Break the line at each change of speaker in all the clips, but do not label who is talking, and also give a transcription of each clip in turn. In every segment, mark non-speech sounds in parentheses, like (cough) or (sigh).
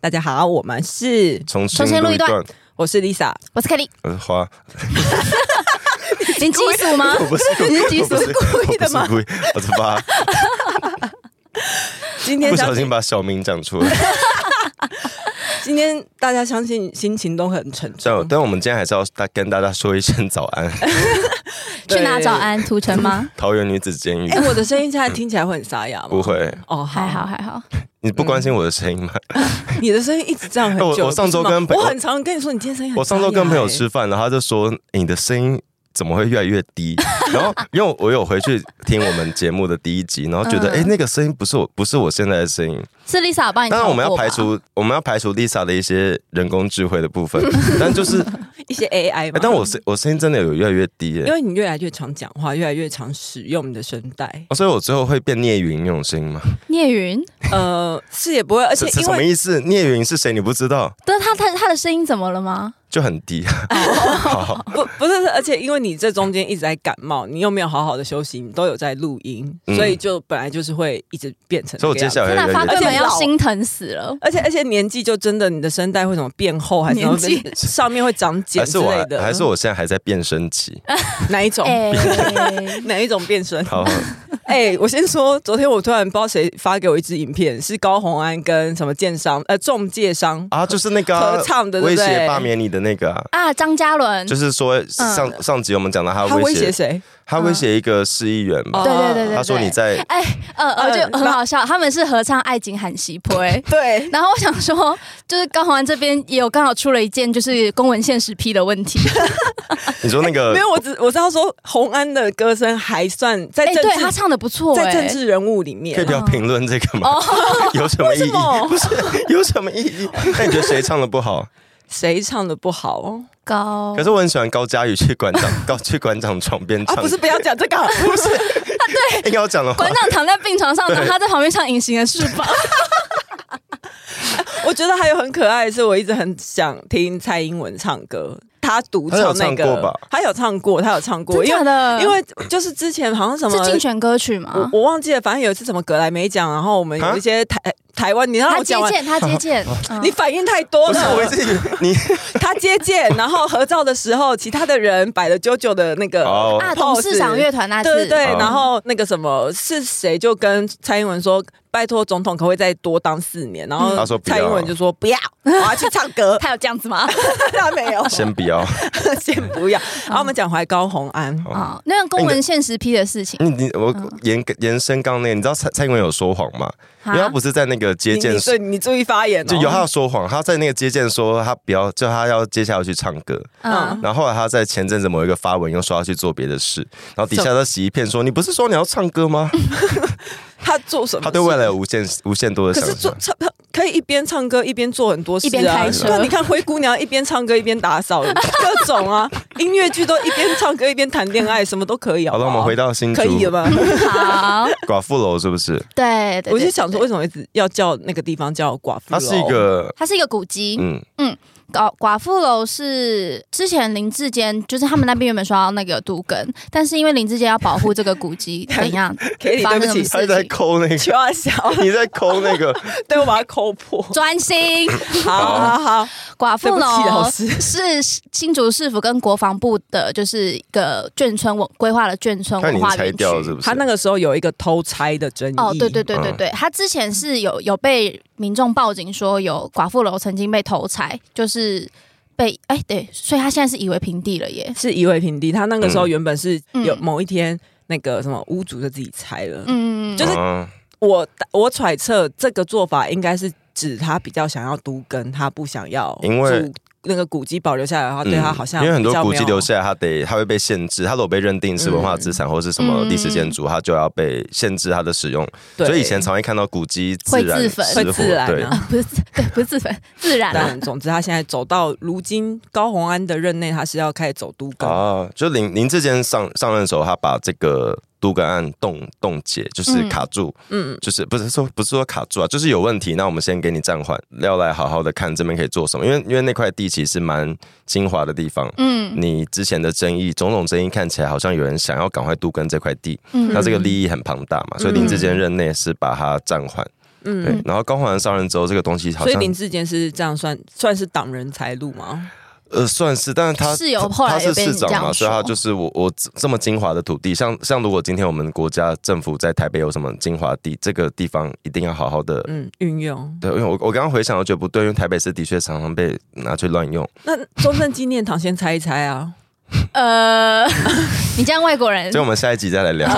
大家好，我们是，
重
重新录一段，
我是 Lisa，
我是凯莉，
我是呃
(laughs)
花，
你激素吗？
我不是故意，
你是急速
我不是
故意的吗 (laughs)
我不是故意，我是八，
今天
不
相
小
信
心把小名讲
(laughs)
出来。
今天大家相信心情都很沉
但
重，
但我们今天还是要大跟大家说一声早
(laughs)
安，？
对
去哪早？安？屠城吗
(laughs) 桃园女子监狱
哎、。我的声音现在听起来会很沙哑吗？
不会，
哦，
还好，还好，
你不关心我的声音吗？
嗯你的声音一直这样很
哎我
久。
我上周
不是吗
跟朋
我很常跟你说，你今天声音很
我上周
沙哑
跟朋友
哎
吃饭，然后他就说你的声音怎么会越来越低？ (laughs) 然后因为我有回去听我们节目的第一集，然后觉得
嗯
哎、诶那个声音不是我，不是我现在的声音。
是 Lisa 帮你。
当然我们要排，除我们要排除 Lisa 的一些人工智慧的部
(laughs)
分，但就是
一些 AI 嘛
哎，，但我声我声音真的有越来越低耶、
因为你越来越常讲话，越来越常使用你的声带，
哦所以我最后会变聂云那种声音吗？
聂云，
呃，是也不会，而且
这这
因
什么
为
意思？聂云是谁？你不知道
但他他他的声音怎么了吗？
就很低。好，
不不是，是而且因为你这中间一直在感冒，你又没有好好的休息，你都有在录音，
嗯
所以就本来就是会一直变成这
所
个
以我
样子。
接下来会
真的
越
发
来
根
越
本要
而且老
心疼
(laughs)
死了。
而且而且年纪就真的，你的声带会什么变厚，还是什么
嗯年纪
上面会长茧
还
之
是我
类
还
的？嗯
还是我现在还在变声期？
哪一种？
哎，
哪一种变身？
好，好
哎、我先说，昨天我突然不知道谁发给我一支影片，是高洪安跟什么建商呃中介商
啊，就是那个啊
合唱的对
威
不对
胁罢免你的那个啊，
啊，张嘉伦，
就
对
是说上上集我们讲到他
他
啊威
威胁
胁
(laughs)
谁？
他威胁一个市议员吧，
哦
对对对，
他说
对
你。在
哎，呃呃，
嗯
就很好笑，他们是合唱《爱情喊西坡》哎 (laughs)
对，
然后我想说，就是高宏安这边也有刚好出了一件就是公文现实批的问
(laughs)
题，
你说那个
没有，我只我知道说洪安的歌声还算在
哎，
政治、
对他唱的不错，
在
哎
政治人物里面啊
可以不要评论这个吗？有什么意
为什么
义？不是有什么意义？那你觉得谁唱的不好？
谁唱的不好哦？
高
可，是我很喜欢高佳宇去
(laughs)
馆长高去馆长床边
啊，
唱，
不是不要讲这个， (laughs) 不是啊
(laughs) 应该我讲的话
馆，长躺在病床上，然后他在旁边唱《隐形的
(laughs)
翅膀》。
我觉得还有很可爱的是，我一直很想听蔡英文唱歌，她独唱那
她有唱过
个
吧，
她有唱过，她有唱过，因
真
为
的
因为就是之前好像什
是
么。
竞选歌曲吗？
我我忘记了，反正有一次什么格莱美奖，然后我们
啊
有一些台台湾，你让
他
我
接
讲完，
见，他接
(laughs)
见，嗯
你反应太多
不是我一
了。
直
(laughs)
以为你
他接见，然后合照的时候，其他的人摆了九九的那个
哦
啊，董事长
pose
乐团那次，。
对对对，
哦
然后那个什么是谁就跟蔡英文说，拜托总统可不可以再多当四年？然后
嗯他说不要
蔡英文就说不要，我要去唱歌
他有这
(laughs)
样子吗？
他没有，
(laughs) 先哦不要。
先不要。然后我们讲回高红安，
啊，那个公文限时批的事
(laughs)
情，
你你我
嗯
延延伸刚那个，你知道蔡蔡英文有说谎吗？因为他不是在那个接
你
见
你，注你注意发言哦，
就有他有说谎，他在那个接见说他不要，就他要接下来去唱歌。
嗯，
然后后来他在前阵子某一个发文又说要去做别的事，然后底下都洗一片说你不是说你要唱歌吗？
他做什么事？
他对未来有无限无限多的
可
想
是做
象。
唱他可以一边唱歌一边做很多事、啊，
一边开车
对啊你看灰姑娘一边唱歌一边打扫，各种啊，音乐剧都一边唱歌一边谈恋爱，什么都可以好
好
不
了，我们回到新竹
哦可以了吗？
好，
寡妇楼是不是？
对对
(laughs)
对，
嗯我就想说，
对
为，什么一直要叫那个地方叫寡妇楼？
它是一个
它是一个古迹，
嗯，
寡寡妇楼是之前林志坚，就是他们那边原本说要那个都根，但是因为林志坚要保护这个古迹，
(laughs)
怎样
Kitty，
发生
对
什
不
么
起 (laughs)
他
事
在
情？
抠那个，
邱阿小，
你在抠
(laughs)
那个，
对我把它抠破。
专心，
好 (laughs) 好好，
(laughs) 寡妇
对不起，老
楼
师。
是新竹市府跟国防部的，就是一个眷村文规划了眷村
看
文
你
化
拆
园区。
掉是不是？
他那个时候有一个偷拆的争议，
哦，对对对对
嗯
对，他之前是有有被民众报警说有寡妇楼曾经被偷拆，就是被哎对，所以他现在是夷为平地了耶。
是夷为平地。他那个时候原本是
嗯
有某一天那个什么屋主就自己拆了，
嗯，
就是啊
嗯
我我揣测这个做法应该是指他比较想要独根，他不想要
因为
住那个古迹保留下来的话，对它好像
嗯因为很多
比较
古迹
没有嗯
留下来，它得它会被限制，它如果被认定是文化资产或是什么历史建筑，它就要被限制它的使用。
对
所以以前常会看到古迹自然
会自焚
失火
会自燃啊
对， (laughs)
啊， (laughs) 不是自对，不是自焚，自然啊。
(laughs) 但总之，他现在走到如今高鸿安的任内，他是要开始走都更。
啊，就林林志坚上上任的时候，他把这个都更案冻冻结，就是卡住，
嗯，
就是不是说不是说卡住啊，就是有问题，那我们先给你暂缓，要来好好的看这边可以做什么，因为因为那块地其实蛮精华的地方。
嗯
你之前的争议，种种争议看起来好像有人想要赶快都跟这块地，
嗯，
那这个利益很庞大嘛，所以林志坚任内是把它暂缓，对
嗯，，
然后高环上任之后，这个东西好
所以
像
林志坚是这样算算是挡人财路吗？
呃，算是，但是他
是有
他
后来
他
有
是
被
市
你
长
这样
嘛，所以他
说
就是我我这这么精华的土地，像像如果今天我们国家政府在台北有什么精华地，这个地方一定要好好的。
嗯，运用
对，因为我我刚刚回想，我觉得不对，因为台北市的确常常被拿去乱用，
嗯
那中正纪念堂先拆一拆啊。
呃， (laughs) 你这样外国
(laughs)
人
所以我们下一集再来聊。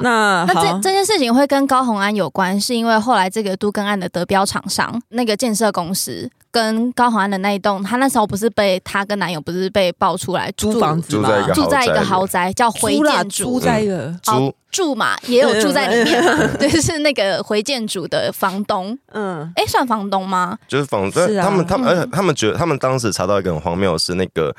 那
那
好
这，这件事情会跟高鸿安有关，是因为后来这个都更案的得标厂商那个建设公司跟高鸿安的那一栋，他那时候不是被她跟男友不是被爆出来
租房子
住
嘛
在一个
住在一个豪宅叫回
租啦
建
租
筑。
在一个
哦
猪，
住嘛，也有住在里面 (laughs) 嘛，对，是那个回建筑的房东，
嗯
哎，算房东吗？
就是房子，
是啊
他们他们，而
嗯
且他们觉得他们当时查到一个很荒谬的是，那个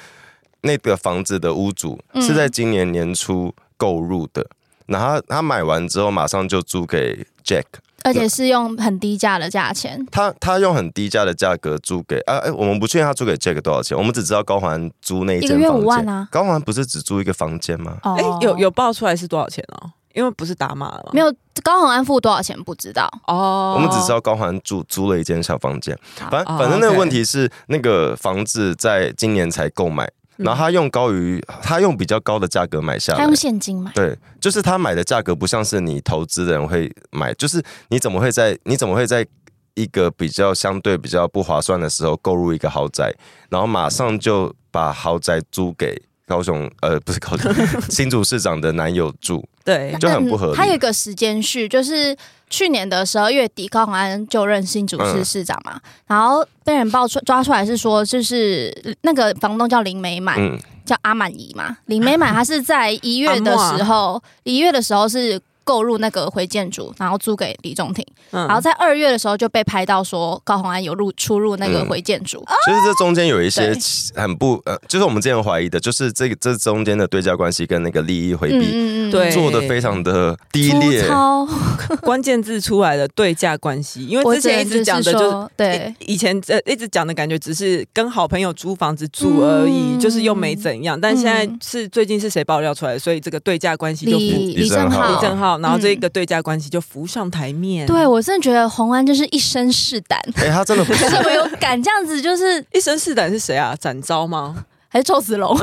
那个房子的屋主
嗯
是在今年年初购入的，然后他他买完之后马上就租给 Jack，
而且是用很低价的价钱，
他他用很低价的价格租给啊，哎，我们不确定他租给 Jack 多少钱，我们只知道高环租那
一个
间
月
房
五万
间。
啊，
高环不是只租一个房间吗？
哦
哎、有有爆出来是多少钱哦？因为不是打码了吗？
没有高鸿安付多少钱不知道，
哦，
我们只知道高环住租了一间小房间，反
哦
反正那个
OK
问题是那个房子在今年才购买，然后他用高于他用比较高的价格买下
嗯他
来
用，现金买，
对，就是他买的价格不像是你投资的人会买，就是你怎么会在你怎么会在一个比较相对比较不划算的时候购入一个豪宅，然后马上就把豪宅租给高雄呃不是高雄 (laughs) 新竹市长的男友住，
对
就很不合理
嗯它有一个时间序，就是去年的十二月底，高鸿安就任新竹
嗯
市市长嘛，然后被人爆出抓出来是说，就是那个房东叫林美满，
嗯，
叫阿满姨嘛。林美满她是在一月的时 (laughs) 候，一月的时候是购入那个回建筑，然后租给李仲廷，
嗯
然后在二月的时候就被拍到说高鸿安有入出入那个回建筑，
就是这中间有一些
对
很不呃，就是我们之前怀疑的，就是这这中间的对价关系跟那个利益回避。
嗯
对
做的非常的低
粗
劣，
糙，
关键字出来的对价关系，因为
我
之前一
只
直
能
讲的
是
就是
说对。
以以前呃一直讲的感觉只是跟好朋友租房子住而已，
嗯
就是又没怎样。但现在
嗯
是最近是谁爆料出来，所以这个对价关系就浮
李
李正
正
浩
浩，
李正浩，然后这个对价关系就浮上台面。
对，我真的觉得洪安就是一身是 (laughs) 胆，
哎、他真的不是
这么有敢，这样子就是
一生是胆是谁啊？展昭吗？
还是臭死 (laughs) 龙，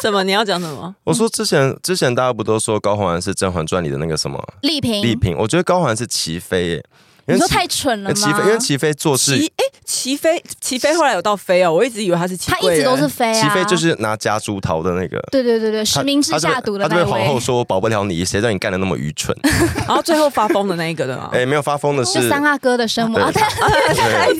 什么？你要讲什么？
我说之前之前大家不都说高环是《甄嬛传》里的那个什么
丽萍，
丽萍？我觉得高环是齐飞耶，因
你
为
说
齐
太蠢
因
了
为
吗？
齐飞，因为齐飞做事，
齐哎，齐飞，齐飞后来有到飞哦，我一直以为他是齐
他
贵
一
人，
直都
(laughs)
是飞啊，
齐飞就是拿夹竹桃的那个，
对对对对，实名制
他
下毒的
他
那
对
一
皇后
位，
说：“我保不了你，谁让你干的那么愚
(laughs)
蠢
然后最后发疯的那一个对吗？？”
哎、没有发疯的，
就是三阿哥的生母
对
啊， (laughs) 但
对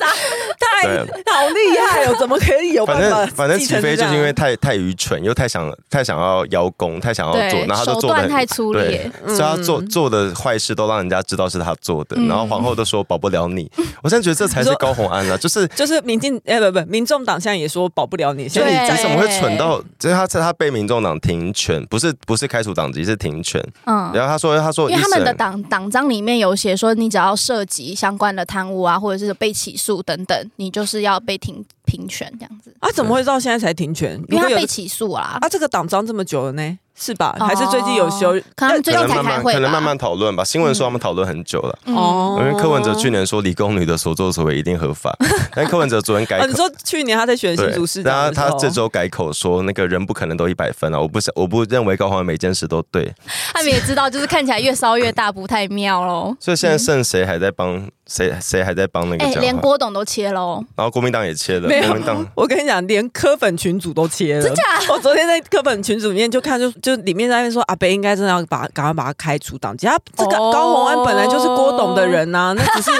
太
对
好厉害哦，怎么可以有办
反
法
正反正
继
齐
承
飞
这
就
样
是因为太太愚蠢，又太想太想要邀功，太想要哦做，
对
然后他就
手
做
段
的
太粗
对
劣，，
所
嗯
以他做做的坏事都让人家知道是他做的，然后皇后都说保不了
(laughs)
你，我现在觉得这才
你
是
说
高红安啊，就是
就是民进哎、不不，民众党现在也说保不了你，
所
所
以
以
你
对
你怎么会蠢到？就是他他被民众党停权，不是不是开除党籍，是停权。
嗯。
然后他说他说
因为他们的
医生
党党章里面有写说，你只要涉及相关的贪污啊，或者是被起诉等等，你就是要被停平权这样子，
啊，怎么会到现在才停权？如
因为
果
他
有
被起诉啊，
啊，这个党章这么久了呢，是吧？
哦
还是最近有修？
可能他们最
可
近
能
才
慢
开
慢
会吧，
可能慢慢讨论吧。新闻说他们讨论很久了，
嗯
哦
因为柯文哲去年说理工女的所作所为一定合
(laughs)
法，但柯文哲昨天改
啊，
哦
口
你。说去年他在选新
对
竹市，
但他
长的时
他
候，
这周改口说，那个人不可能都一百分啊！我不想，我不认为高虹安每件事都对，
他们也知道，就是看起来越烧越大，不太妙
(laughs)
喽。
所以现在剩谁还在帮谁？谁还在帮那个
哎、
讲
连
话？
郭董都切喽，
然后国民党也切了，
没有
国民党
我跟你讲，连柯粉群组都切了。
真假？
我昨天在柯粉群组里面就看就，就里面在那边说阿啊北应该真的要把赶快把他开除党籍。他这个
哦
啊
(laughs)
高宏安本来就是郭董的人呐、那只是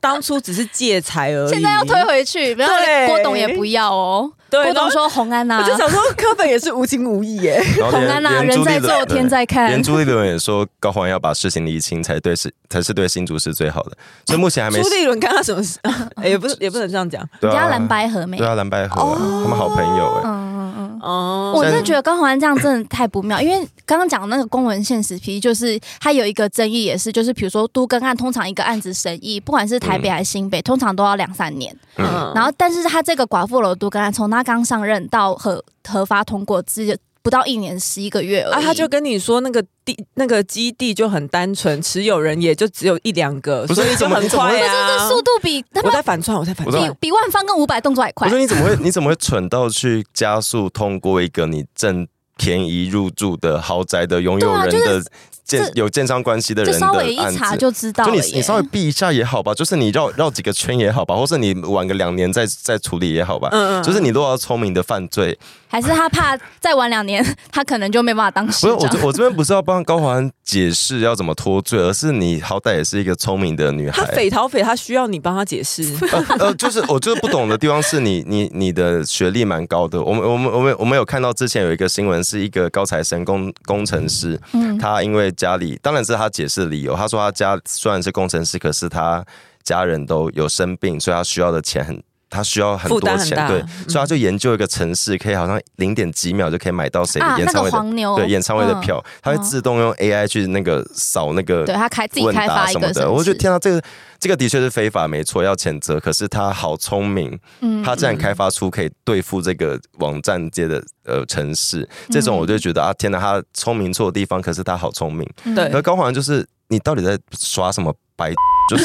当初只是借财而已，
现在要推回去，不要
对
郭董也不要哦。
对
郭
然
董
后
说红安呐、
我就想说，柯本也是无情无义耶。
然后
红
哦连
安呐、
连
人
朱立
在
伦
做天在看
连。朱立伦也说高虹安要把事情厘清才对是才是对新竹是最好的，所以目 (laughs) 前还
哦
没
朱立伦干他什么事？ (laughs) 哎也
(laughs)
不是，也不能这样讲。
对
人
啊
家蓝白合没？哦
对啊蓝白合啊、他们好朋友哎、
嗯嗯嗯。
哦，
我真的觉得高虹安这样真的太不妙，因为刚刚讲的那个公文现实批，就是它有一个争议，也是就是比如说都跟案，通常一个案子审议，不管是台北还是新北，通常都要两三年。
嗯
然后，但是他这个寡妇楼都跟案，从他刚上任到核核发通过之不到一年十一个月而已，
啊，他就跟你说那个地那个基地就很单纯，持有人也就只有一两个，
不是
所以就很
不
快
是
这
啊。
速度比他
我
妈
在反串，我在反
我在
串
比。比万方跟五百动作还
我
快
说。你怎么会你怎么会蠢到去加速通过一个你正便宜入住的豪宅的拥有
对啊
人
就是
的建、
这
有建商关系的
就
人的
稍微一
案
查
子？
就知道
就
了
你
耶。
你稍微避一下也好吧，就是你绕绕几个圈也好吧，或是你晚个两年再再处理也好吧。
嗯嗯
就是你如果要聪明的犯罪，
还是他怕再晚两年，他可能就没办法当市
不是我
长。
这我这边不是要帮高华安解释要怎么脱罪，而是你好歹也是一个聪明的女
他
孩。
匪逃匪，他需要你帮他解释。
(laughs) 呃呃，就是我就是不懂的地方是你你你的学历蛮高的，我们我们我们我们有看到之前有一个新闻，是一个高材生工工程师，
嗯，
他因为家里当然是他解释理由，他说他家虽然是工程师，可是他家人都有生病，所以他需要的钱很。他需要很
负担
多
很
钱，
大
对，
嗯
所以他就研究一个城市，可以好像零点几秒就可以买到谁
啊
的演唱
那
会
个
的、
黄牛
对演唱会的
嗯
票，他会自动用 AI 去那个扫那个
对他开自己
问
开
答
发一
什么
个
的，
省
我就
市
天啊，这个这个的确是非法，没错，要谴责。可是他好聪明，
嗯
他竟然开发出可以对付这个网站界的呃城市，这
嗯
种我就觉得啊，天哪，他聪明错地方，可是他好聪明。
嗯
对
而高环就是你到底在耍什么白？ (laughs) 就是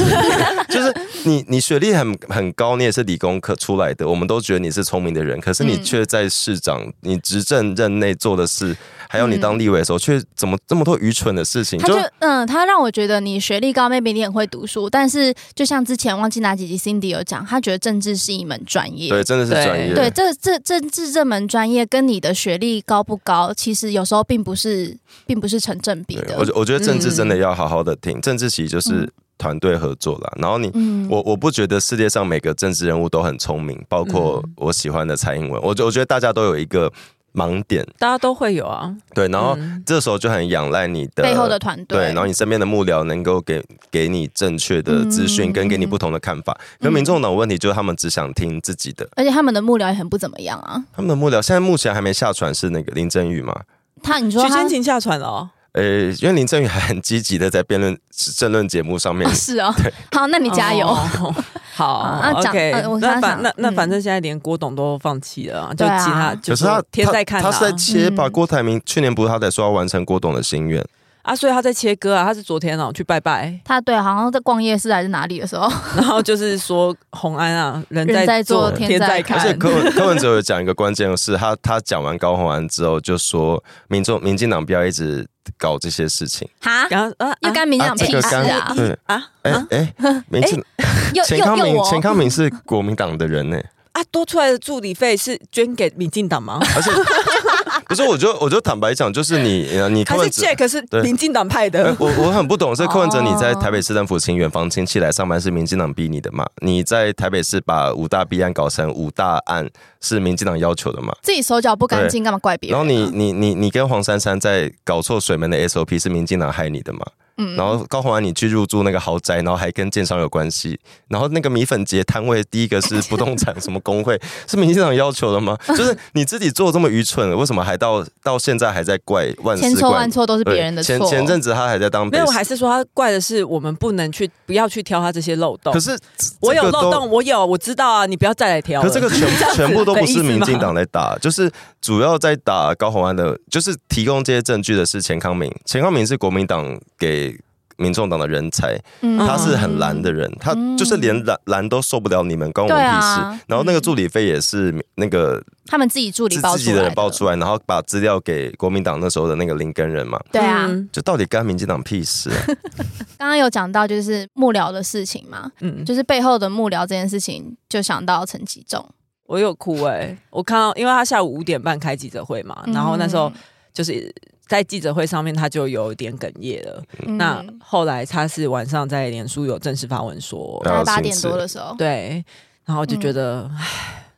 就是你你学历很很高，你也是理工科出来的，我们都觉得你是聪明的人，可是你
嗯
却在市长、你执政任内做的事，还有你当立委的时候，却怎么这么多愚蠢的事情？
嗯他就嗯，他让我觉得你学历高，maybe 你很会读书，但是就像之前忘记哪几集 Cindy 有讲，他觉得政治是一门专业。
对，真的是
对
专业。
对，这这政治这门专业跟你的学历高不高，其实有时候并不是并不是成正比
对
的。
我觉我觉得政治真的
嗯
要好好的听，政治其实就是
嗯
团队合作啦。然后你
嗯
我我不觉得世界上每个政治人物都很聪明，包括
嗯
我喜欢的蔡英文。我觉我觉得大家都有一个盲点，
大家都会有啊。
对，然后
嗯
这时候就很仰赖你的
背后的团队，
对，然后你身边的幕僚能够给给你正确的资讯，
嗯
跟给你不同的看法。可民众党的问题就是他们只想听自己的，
而且他们的幕僚也很不怎么样啊。
他们的幕僚现在目前还没下船是那个林正宇嘛？
他你说
徐
他
千晴下船了哦，
呃，因为林正宇还很积极的在辩论政论节目上面
哦 (laughs) 是哦，好，那你加油。
哦好哦
啊那讲
OK，
呃我
那
想
反
想
那那
嗯
反正现在连郭董都放弃了啊，就
对啊
其他
可
就是
他
天在看啊
他，
啦
他是在切吧。
嗯
郭台铭去年不是他在说要完成郭董的心
(laughs)
愿，
啊，所以他在切割啊，他是昨天哦去拜拜， (laughs)
他对，啊好像在逛夜市还是哪里的时候，
然后就是说红安啊，人
人在
在
做
做
天
天
在
在
而
看
看
且，柯文柯文哲有讲一个关键的是，他他讲完高虹安之后就说，民众民进党不要一直搞这些事情，
哈，
然后啊
又
啊
干民进党
这
屁
个
事
刚
啊，
对，
啊
哎哎，民进
又
钱
又
康
又
明
我
钱康明是国民党的人呢，
啊，多出来的助理费是捐给民进党吗？
而且不是，我就我就坦白讲，就是你呃你柯
还
文
是
哲
Jack 是
对
民进党派
哎
的？
我我很不懂，这柯文哲，
哦
你在台北市政府请远房亲戚来上班是民进党逼你的吗？你在台北市把五大弊案搞成五大案是民进党要求的吗？
自己手脚不干净，干嘛怪别人
然
啊？
后你你你你跟黄珊珊在搞错水门的 SOP 是民进党害你的嘛？
嗯
然后高虹安你去入住那个豪宅，然后还跟建商有关系，然后那个米粉节摊位第一个是不动产什么工会， (laughs) 是民进党要求的
(laughs)
吗？就是你自己做这么愚蠢，为什么还到到现在还在怪万
千
事
错
怪
万？错都是别人的
前
错。
前阵子他还在当
没
北
有，
市
我还是说他怪的是我们不能去，不要去挑他这些漏洞
可。是
我有
这个都
漏洞，我有，我知道啊，你不要再来挑了。
可这个
(laughs)
全全部都不是民进党在打，就是主要在打高虹安的，就是提供这些证据的是钱康明。钱康明是国民党给民众党的人才，
嗯
他是很蓝的人，他就是连蓝蓝都受不了你们，关我们
对
屁事。
啊
然后那个助理费也是那个
他们自己助理
自
爆
自己
出
的
来
人报出来，然后把资料给国民党那时候的那个林根人嘛，
对啊，
嗯
就到底干民进党屁事、
(laughs)
啊？
刚刚有讲到就是幕僚的事情嘛，
嗯，
就是背后的幕僚这件事情，就想到陈其重。
欸啊我有哭哎、我看到，因为他下午五点半开记者会嘛，然后那时候
嗯
就是在记者会上面他就有点哽咽了。
嗯
那后来他是晚上在脸书有正式发文说，
大概
然后
八
请
点
辞
多的时候，
对，然后就觉得唉，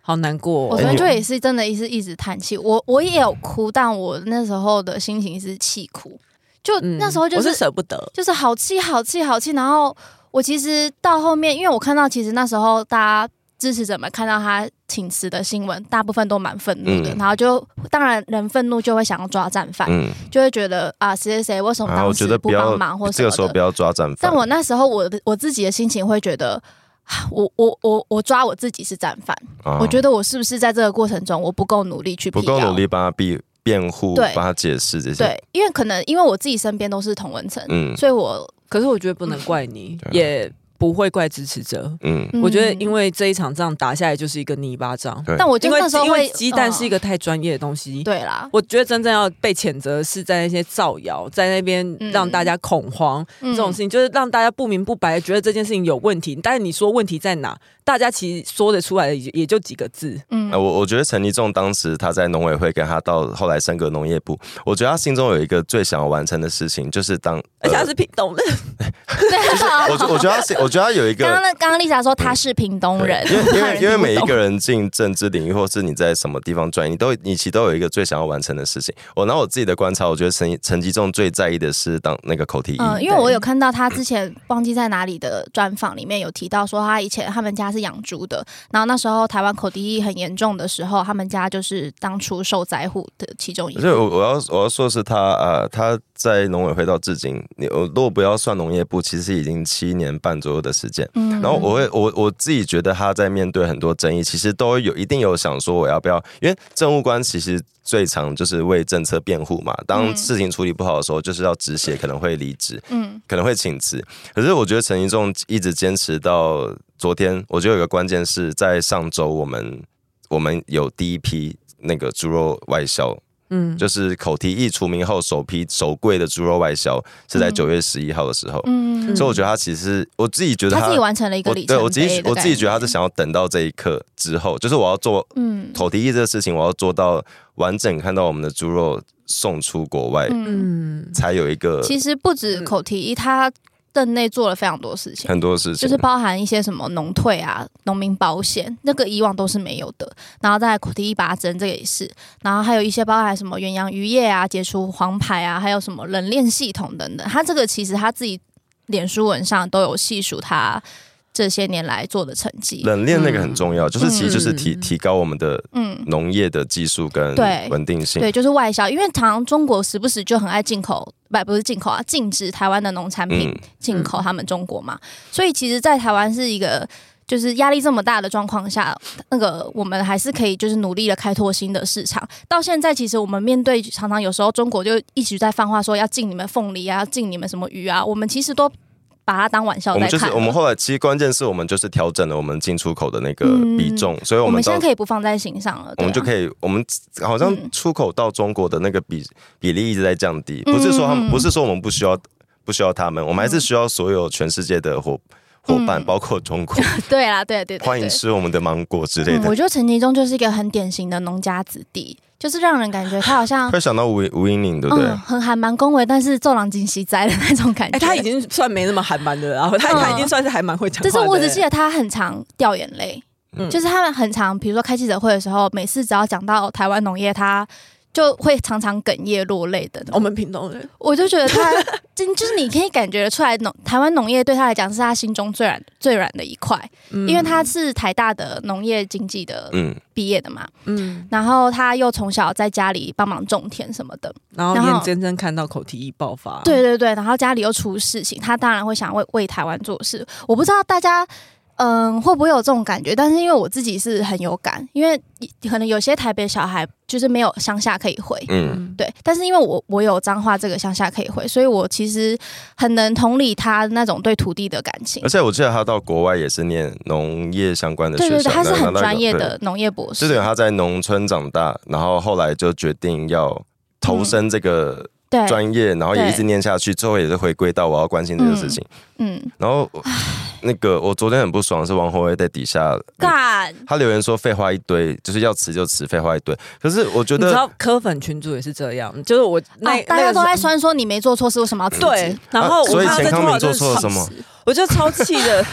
好难过
嗯我
哦。
昨天
哎
就
你
也是真的，也是一直叹气。我我也有哭，但我那时候的心情是气哭，就
嗯
那时候就
我
是
是舍不得，
就是好气好气好气。然后我其实到后面，因为我看到其实那时候大家支持者们看到他请辞的新闻，大部分都蛮愤怒的。
嗯
然后就当然人愤怒就会想要抓战犯，
嗯，
就会觉得啊谁谁谁为什么
然后我
当
觉
时
得
不
不要
帮忙或什
这
么
个
的。
时候不要抓战犯
但。我那时候我的我自己的心情会觉得。啊我我我我抓我自己是战犯，
啊
我觉得我是不是在这个过程中我不够努力去
不
辟
够
谣
努力帮他辩辩护，
对
帮他解释这些。
对，因为可能因为我自己身边都是同文层，
嗯
所以我、
可是我觉得不能怪你，
对啊
也不会怪支持者。
嗯，
嗯
我觉得，因，为这一场仗打下来就是一个泥巴仗，
对
但我就
因为
那时候
因
会嗯
为鸡蛋是一个
个、
太专业的东西。
对啦，
我觉得真正要被谴责的是在那些造谣，在那边
嗯
让大家恐慌、
嗯
这种事情，就是让大家不明不白地觉得这件事情有问题。但是你说问题在哪，大家其实说得出来的也也就几个字。
嗯 (laughs)
呃，我我觉得陈立仲当时他在农委会，跟他到后来升格农业部，我觉得他心中有一个最想要完成的事情，就是当，
而且他
呃
是屏东的， (laughs)
我觉我觉得他是我觉得他有一
刚刚
个。
那刚刚丽莎说她是屏东人，
因
(laughs)
为因
怕
为因
人
为
听不
每一
懂
个人进政治领域，或是你在什么地方转，你都你其实都有一个最想要完成的事情。我拿我自己的观察，我觉得陈陈吉仲最在意的是当那个口蹄疫，
嗯，因为我有看到他之前忘记在哪里的专访里面有提到说，他以前他们家是养猪的，然后那时候台湾口蹄疫很严重的时候，他们家就是当初受灾户的其中一
所以
个。
我我要我要说的是他呃，他在农委会到至今，你我如果不要算农业部，其实已经七年半左右的时间。
嗯
然后我会我我自己觉得他在面对很多争议，其实都有一定有想说我要不要，因为政务官其实最常就是为政策辩护嘛。当
嗯
事情处理不好的时候，就是要止血，可能会离职，
嗯
可能会请辞。可是我觉得陈一仲一直坚持到昨天，我觉得有个关键是在上周我们我们有第一批那个猪肉外销
嗯，
就是口蹄疫除名后首批首柜的猪肉外销是在
嗯
九月十一号的时候，
嗯
所以我觉得他其实我自己觉得
他
他
自己完成了一个
我
里程
对
碑
我自己
的
我自己觉得他
概
是
念
想要等到这一刻之后，就是我要做
嗯
口蹄疫这个事情，我要做到完整看到我们的猪肉送出国外，
嗯，
嗯，
才有一个
其实不止口蹄疫，他镇内做了非常多事情。
很多事情，
就是包含一些什么农退啊、农民保险，那个以往都是没有的。然后再来第一拔针，这个也是。然后还有一些包含什么远洋渔业啊、解除黄牌啊，还有什么冷链系统等等。他这个其实他自己脸书文上都有细数他这些年来做的成绩。
冷链那个很重要，就是其实就是提
嗯
提高我们的
嗯，
农业的技术跟
对
稳定性。
对，就是外销，因为常常中国时不时就很爱进口，不不是进口啊，禁止台湾的农产品
嗯，
进口他们中国嘛，所以其实，在台湾是一个就是压力这么大的状况下，那个我们还是可以就是努力的开拓新的市场。到现在，其实我们面对常常有时候中国就一直在放话说要禁你们凤梨啊，要禁你们什么鱼啊，我们其实都把它当玩笑
我
嗯在
们就
看
是
了。
我们后来，其实关键是我们就是调整了我们进出口的那个比重，所以我
嗯我
们
们现
到
在可以不放在心上了，啊
我们就
以。
可以，我们好像
嗯
出口到中国的那个比比例一直在降低，不是说他
嗯嗯
们，
嗯
不是说我们不需要不需要他们，我们还是需要所有全世界的伙伙伴，
嗯
包括中国，
(laughs) (laughs) 对啦，对对对对
欢迎吃我们的芒果之类
嗯，
的
我。觉得陈其中就是一个很典型的农家子弟，就是让人感觉他好像
会想到吴吴英玲，对不对？
嗯，很还蛮恭维，但是做狼精喜哉的那种感觉。
哎、他已经算没那么寒蛮的了，然后他、
嗯
他已经算是还蛮会讲话
就
的。
是我只记得他很常掉眼泪，
嗯
就是他们很常，比如说开记者会的时候，每次只要讲到台湾农业，他就会常常哽咽落泪的那
我
种。
们屏东人，
我就觉得他真就是你可以感觉得出来，农台湾农业对他来讲是他心中最软最软的一块，
嗯
因为他是台大的农业经济的
嗯，
毕业的嘛，
嗯，
然后他又从小在家里帮忙种田什么的，
然后
然后
眼睁睁看到口蹄疫爆
啊
发，
对对对，然后家里又出事情，他当然会想为为台湾做事。我不知道大家。嗯，会不会有这种感觉？但是因为我自己是很有感，因为可能有些台北小孩就是没有乡下可以回，
嗯，
嗯，
对。但是因为我我有彰化这个乡下可以回，所以我其实很能同理他那种对土地的感情
而。且我记得他到国外也是念农业相关的
对
学校，
对对，他是
拿
很
到一个
专业
对
的农业博
就等于
士，
他在农村长大，然后后来就决定要投身这个
对，
专业，然后也一直念下去，最后也是回归到我要关心这个事情。
嗯，
然后那个我昨天很不爽，是王宏威在底下
干，
他留言说废话一堆，就是要辞就辞，废话一堆。可是我觉
你知
得啊
道科粉群主也是这样，就是我那、
哦大家都在
那个时候
酸说你没做错事，为什么要辞职
对，然
啊
后我
所以
看到这句
钱康
话
明
就
做
是
错了什么？
我就超气
(laughs)
的，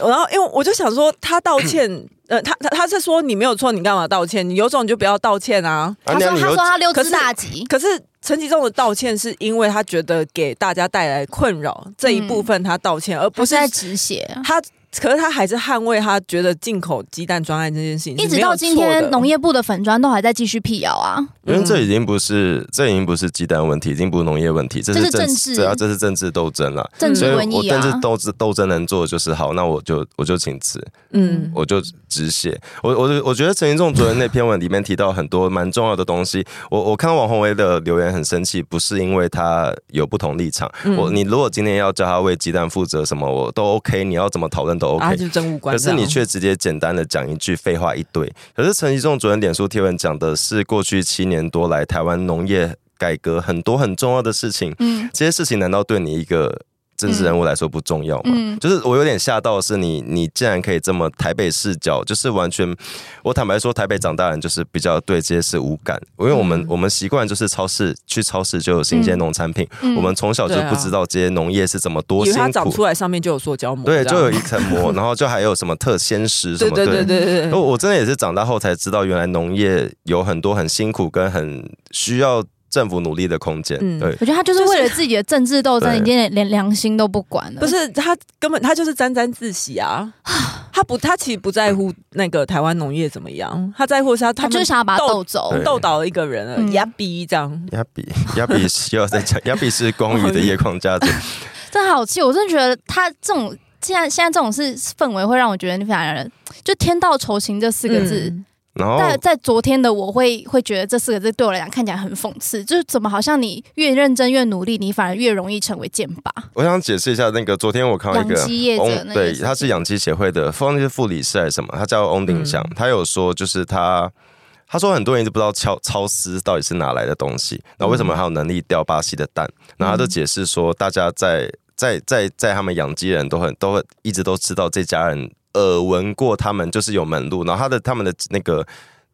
然后因为我就想说他道歉，呃，他他他是说你没有错，你干嘛道歉？你有种你就不要道歉啊！
啊
他
那
说
你
他
有
说他溜
可
之
是
大吉，
可是陈其重的道歉是因为他觉得给大家带来困扰这一部分，他道歉，而
不
不
是
是
嗯在止血。
他。可是他还是捍卫他觉得进口鸡蛋专案这件事情
一
是
直
没有
到
错的，
今天，农业部的粉砖都还在继续辟谣啊！
因为
嗯
这已经不是这已经不是鸡蛋问题，已经不是农业问题，这
这
是
是
政
政
治，
治
对啊，这是政治斗争了。
政
嗯
嗯
治
所以
瘟
我
疫
政治
啊，
斗争斗争能做的就是好，那我就我就请辞，
嗯，
我就止血。我我我觉得陈云仲昨天那篇文里面提到很多蛮重要的东西。我我看到王宏威的留言很生气，不是因为他有不同立场。
嗯
嗯
我你如果今天要叫他为鸡蛋负责什么，我都 OK，你要怎么讨论都 OK。
啊，就真无关
可
这
是
样。
你却直接简单的讲一句废话一堆。可是陈其仲主任脸书贴文讲的是过去七年多来台湾农业改革很多很重要的事情，
嗯
这些事情难道对你一个政治人物来说不重要吗？
嗯，
就是我有点吓到的是你，你竟然可以这么台北视角，就是完全，我坦白说，台北长大的人就是比较对这些事无感，因为我们、我们习惯就是超市去超市就有新鲜农产品，
嗯
我们从小就
对啊
不知道这些农业是怎么多
以为
辛
它长
苦，
出来上面就有塑胶膜，
对，
这
就
样
有一层
(laughs)
膜，然后就还有什么特鲜食什
对
么，
对对对对
我
对，
我真的也是长大后才知道，原来农业有很多很辛苦跟很需要政府努力的空间。
嗯
对，
我觉得他就是为了自己的政治斗争，
对
已经连良心都不管了。
不，是他根本他就是沾沾自喜啊，他不他其实不在乎那个台湾农业怎么样，他在乎的是他
他
他
就是
们
想要把他
斗
斗走。
对
斗倒了一个人了，
嗯
压逼这样，
亚比亚比是又要
(laughs)
再讲，亚比是光
哦
宇的夜光家族，
真好气，我真的觉得他这种现在现在这种事氛围会让我觉得你反而就天道酬勤这四个字，
嗯
然后
在在昨天的我会会觉得这四个字对我来讲看起来很讽刺，就是怎么好像你越认真越努力，你反而越容易成为剑拔。
我想解释一下那个，昨天我看到一个
养鸡业者
翁
那个
对，
是
他是养鸡协会的，忘记是副理事还是什么，他叫翁鼎祥，
嗯
他有说就是他。他说很多人一直不知道超超丝到底是哪来的东西，那为什么
嗯
还有能力钓巴西的蛋？然后他就解释说，大家在在在在他们养鸡人都很都会一直都知道这家人耳闻过他们就是有门路，然后他的他们的那个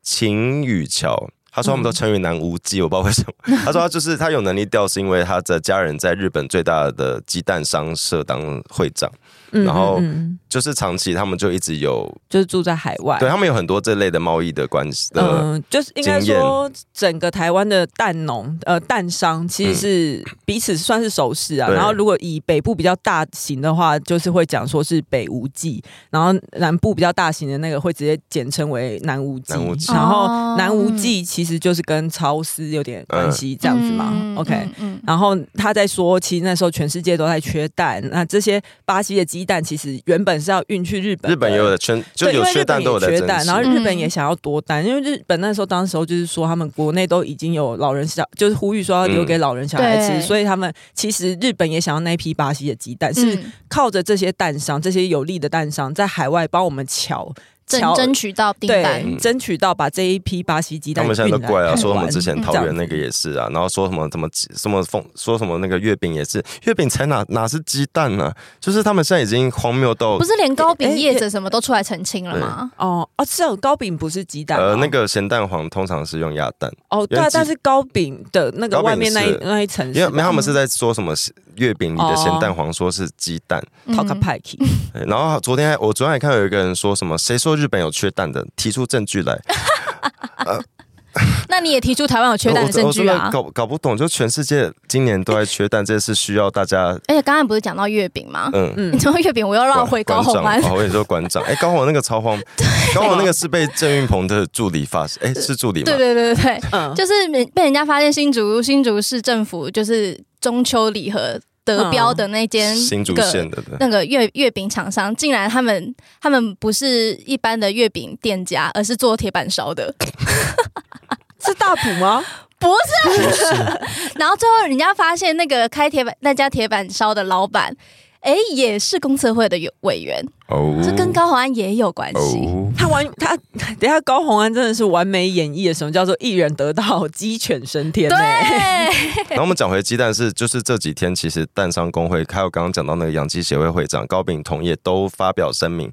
秦雨桥。他说他们都称为南无鸡，我不知道为什么。他说他就是他有能力钓，是因为他的家人在日本最大的鸡蛋商社当会长，
嗯
然后
嗯嗯
就是长期他们就一直有，
就是住在海外，
对他们有很多这类的贸易的关系的、
哎嗯，就是应该
经验嗯
说，整个台湾的蛋农呃蛋商其实是彼此算是熟识啊。
对
然后如果以北部比较大型的话，就是会讲说是北无忌，然后南部比较大型的那个会直接简称为南无忌。
南无忌
然
哦
后南无忌其实就是跟超丝有点关系，这样子嘛。
嗯
OK，、
嗯嗯
然后他在说，其实那时候全世界都在缺蛋，那这些巴西的鸡蛋其实原本是要运去日本的，
日本也有的圈，就
对，因
有
为
缺
日
蛋
本
都有
也
在
缺
珍
蛋，
惜
然后。
嗯
日本也想要多蛋，因为日本那时候当时候就是说他们国内都已经有老人小，就是呼吁说要
嗯
留给老人小孩吃，
对
所以他们其实日本也想要那一批巴西的鸡蛋，是
嗯
靠着这些蛋商，这些有利的蛋商在海外帮我们瞧
争
瞧。
争取到订单，
对，争取到把这一批巴西鸡
嗯他
蛋
们
运
现在都怪啊，
来
说
台
什
湾
么之前桃
这
园
样
那个也是啊，然后说什么什么什么凤，说什么那个月饼也是，月饼才哪哪是鸡蛋呢、就是他们现在已经荒谬到
不是连糕饼
哎
业者什么都出来澄清了
对
吗？
哦哦，是哦，糕饼不是鸡蛋吗
呃那个咸蛋黄通常是用鸭蛋，
哦，对啊
原，子
但是糕饼的那
糕
个
饼
外面那一
是
那一层
因
是
为他们是在说什么月饼里的咸蛋黄说是鸡蛋，
套卡
嗯
派克，
对然后昨天还我昨天还看到有一个人说什么谁说日本有缺蛋的，提出证据来，
那你也提出台湾有缺蛋
我
的证
我真
据
的
啊？
搞搞不懂，就全世界今年都在缺蛋，这是需要大家
而且刚刚不是讲到月饼吗？
嗯。
(laughs) 你讲到月饼，我又绕回高
馆
红
长
安。
哦，我跟你说馆长，哎、高宏那个超
(laughs)
荒，高宏那个是被郑运鹏的助理发现，哎、是助理吗？
对对对对
(laughs)
对，
嗯，
就是被被人家发现新竹新竹市政府就是中秋礼盒得标的那间、
嗯新竹县的，对
那个月月饼厂商，竟然他们他们不是一般的月饼店家，而是做铁板烧的，
是大埔吗？
不是。然后最后人家发现那个开铁板那家铁板烧的老板。哎，也是公测会的有委员，
哦
这跟高宏安也有关系。
哦，
他完他 (laughs) 等一下高洪安真的是完美演绎了什么叫做一人得道鸡犬升天、
对
欸，，
(laughs) 然后我们讲回鸡蛋是，就是这几天其实蛋商工会还有刚刚讲到那个养鸡协会会长高秉同也都发表声明，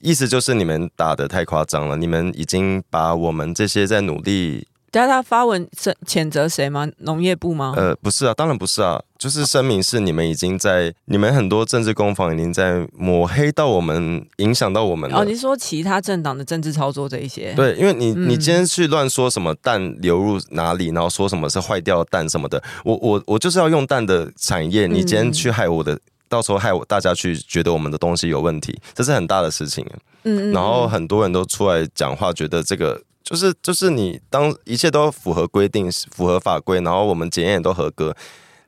意思就是你们打的太夸张了，你们已经把我们这些在努力，
等一下他发文是谴责谁吗？农业部吗？
呃，不是啊，当然不是啊，就是声明是你们已经在，你们很多政治攻防已经在抹黑到我们，影响到我们了。
哦，你是说其他政党的政治操作这一些？
对，因为你
嗯
你今天去乱说什么蛋流入哪里，然后说什么是坏掉的蛋什么的，我我我就是要用蛋的产业，你今天去害我的，到时候害我大家去觉得我们的东西有问题，这是很大的事情。
嗯，嗯
然后
嗯
很多人都出来讲话，觉得这个就是就是你当一切都符合规定、符合法规，然后我们检验也都合格，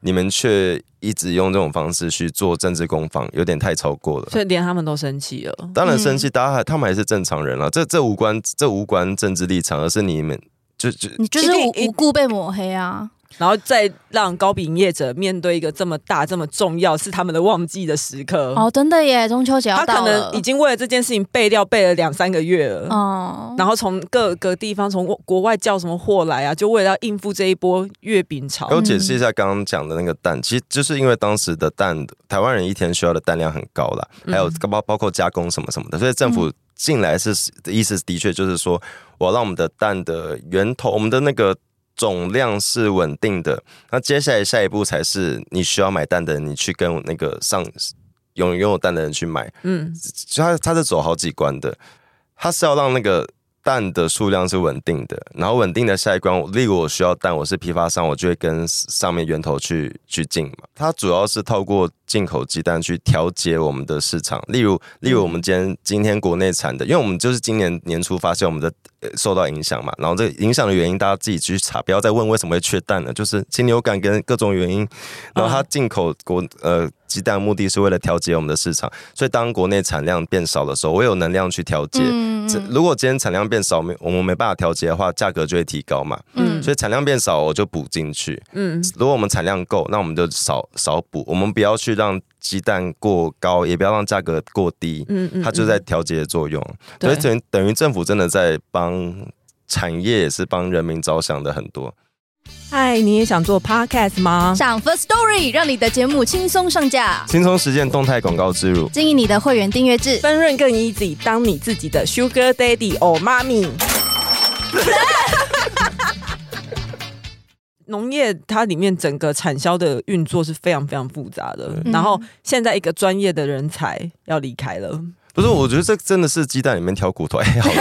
你们却一直用这种方式去做政治攻防，有点太超过了。
所以连他们都生气了。
当然生气，大家还他们还是正常人了、这这无关这无关政治立场，而是你们就就
你就是
一定
无
一
无故被抹黑啊！
然后再让高比营业者面对一个这么大、这么重要，是他们的旺季的时
嗯
刻。
哦，真的耶，中秋节要
他
到
可
了
能已，经为了这件事情备料备了两三个月了。
哦，
然后从各个地方从国外叫什么货来啊，就为了要应付这一波月饼潮
给。我解释一下刚刚讲的那个蛋，其实就是因为当时的蛋，台湾人一天需要的蛋量很高啦，还有包包括加工什么什么的，所以政府进来是意思的确就是说，我要让我们的蛋的源头，我们的那个。总量是稳定的，那接下来下一步才是你需要买蛋的人，你去跟那个上拥拥有蛋的人去买，
嗯，
就它它是走好几关的，它是要让那个蛋的数量是稳定的，然后稳定的下一关，例如我需要蛋，我是批发商，我就会跟上面源头去去进嘛。它主要是透过进口鸡蛋去调节我们的市场，例如例如我们今天今天国内产的，因为我们就是今年年初发现我们的、呃受到影响嘛，然后这个影响的原因大家自己去查，不要再问为什么会缺蛋了，就是禽流感跟各种原因。然后它进口国呃鸡蛋目的是为了调节我们的市场，所以当国内产量变少的时候，我有能量去调节。
嗯
这如果今天产量变少，没我们没办法调节的话，价格就会提高嘛。
嗯
所以产量变少，我就补进去。
嗯，
如果我们产量够，那我们就少少补，我们不要去让鸡蛋过高，也不要让价格过低。
嗯嗯，
它就在调节作用，所以
对
等于等于政府真的在帮产业，也是帮人民着想的很多。
嗨，你也想做 podcast 吗？
上 First Story 让你的节目轻松上架，
轻松实践动态广告植入，
经营你的会员订阅制。
分润更 easy，当你自己的 sugar daddy or mommy。农业它里面整个产销的运作是非常非常复杂的，
嗯
然后现在一个专业的人才要离开了，
不是，我觉得这真的是鸡蛋里面挑骨头，哎、好
(laughs)
痛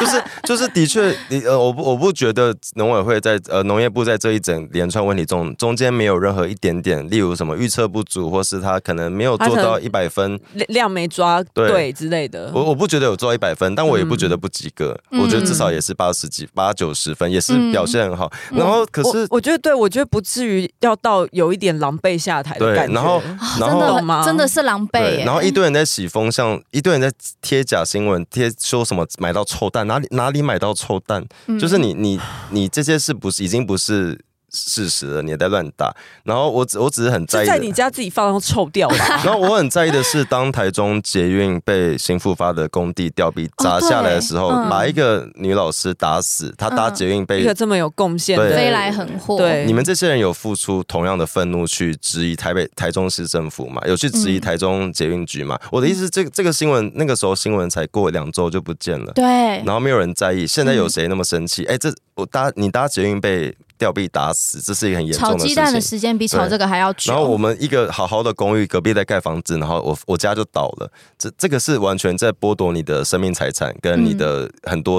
就是就是的确，你呃，我不我不觉得农委会在呃农业部在这一整连串问题中中间没有任何一点点，例如什么预测不足，或是他可能没有
他
做
可能嗯
到一百分，
量量没抓
对
对之类的。
我我不觉得有做到一百分，但我也不
嗯
觉得不及格，
嗯
我觉得至少也是八十几八九十分，也是表现很好。然后可是
嗯我我觉得对，我觉得不至于要到有一点狼狈下台的
对
感觉。
然后
啊
然
真
后
的
懂吗
很真的是狼狈
对，
耶，
然后一堆人在洗风向，一堆人在贴假新闻，贴说什么买到臭蛋，哪里哪里买到臭蛋，
嗯
就是你你你这些是不是已经不是事实了？你也在乱打。然后我只我只是很在
就
意
在
的
你家自己放，然后臭掉
(laughs)
吧。
然后我很在意的是，当台中捷运被新复发的工地吊臂砸下来
(laughs)
的时候，
哦对嗯
把一个女老师打死，她搭
嗯
捷运
一
被
个这么有贡献的
对
飞来横祸。
对
你们这些人有付出同样的愤怒去质疑台北、台中市政府嘛？有去质疑
嗯
台中捷运局嘛？我的意思是，这个这个新闻那个时候新闻才过两周就不见了，
对
然后没有人在意。现在有谁那么生气？哎、这我搭你搭捷运被吊臂打死，这是一个很严
炒
重的
鸡蛋的
事情。
时间比炒这个还要久。
然后我们一个好好的公寓，隔壁在盖房子，然后我我家就倒了，这这个是完全在剥夺你的生命财产跟你的很多、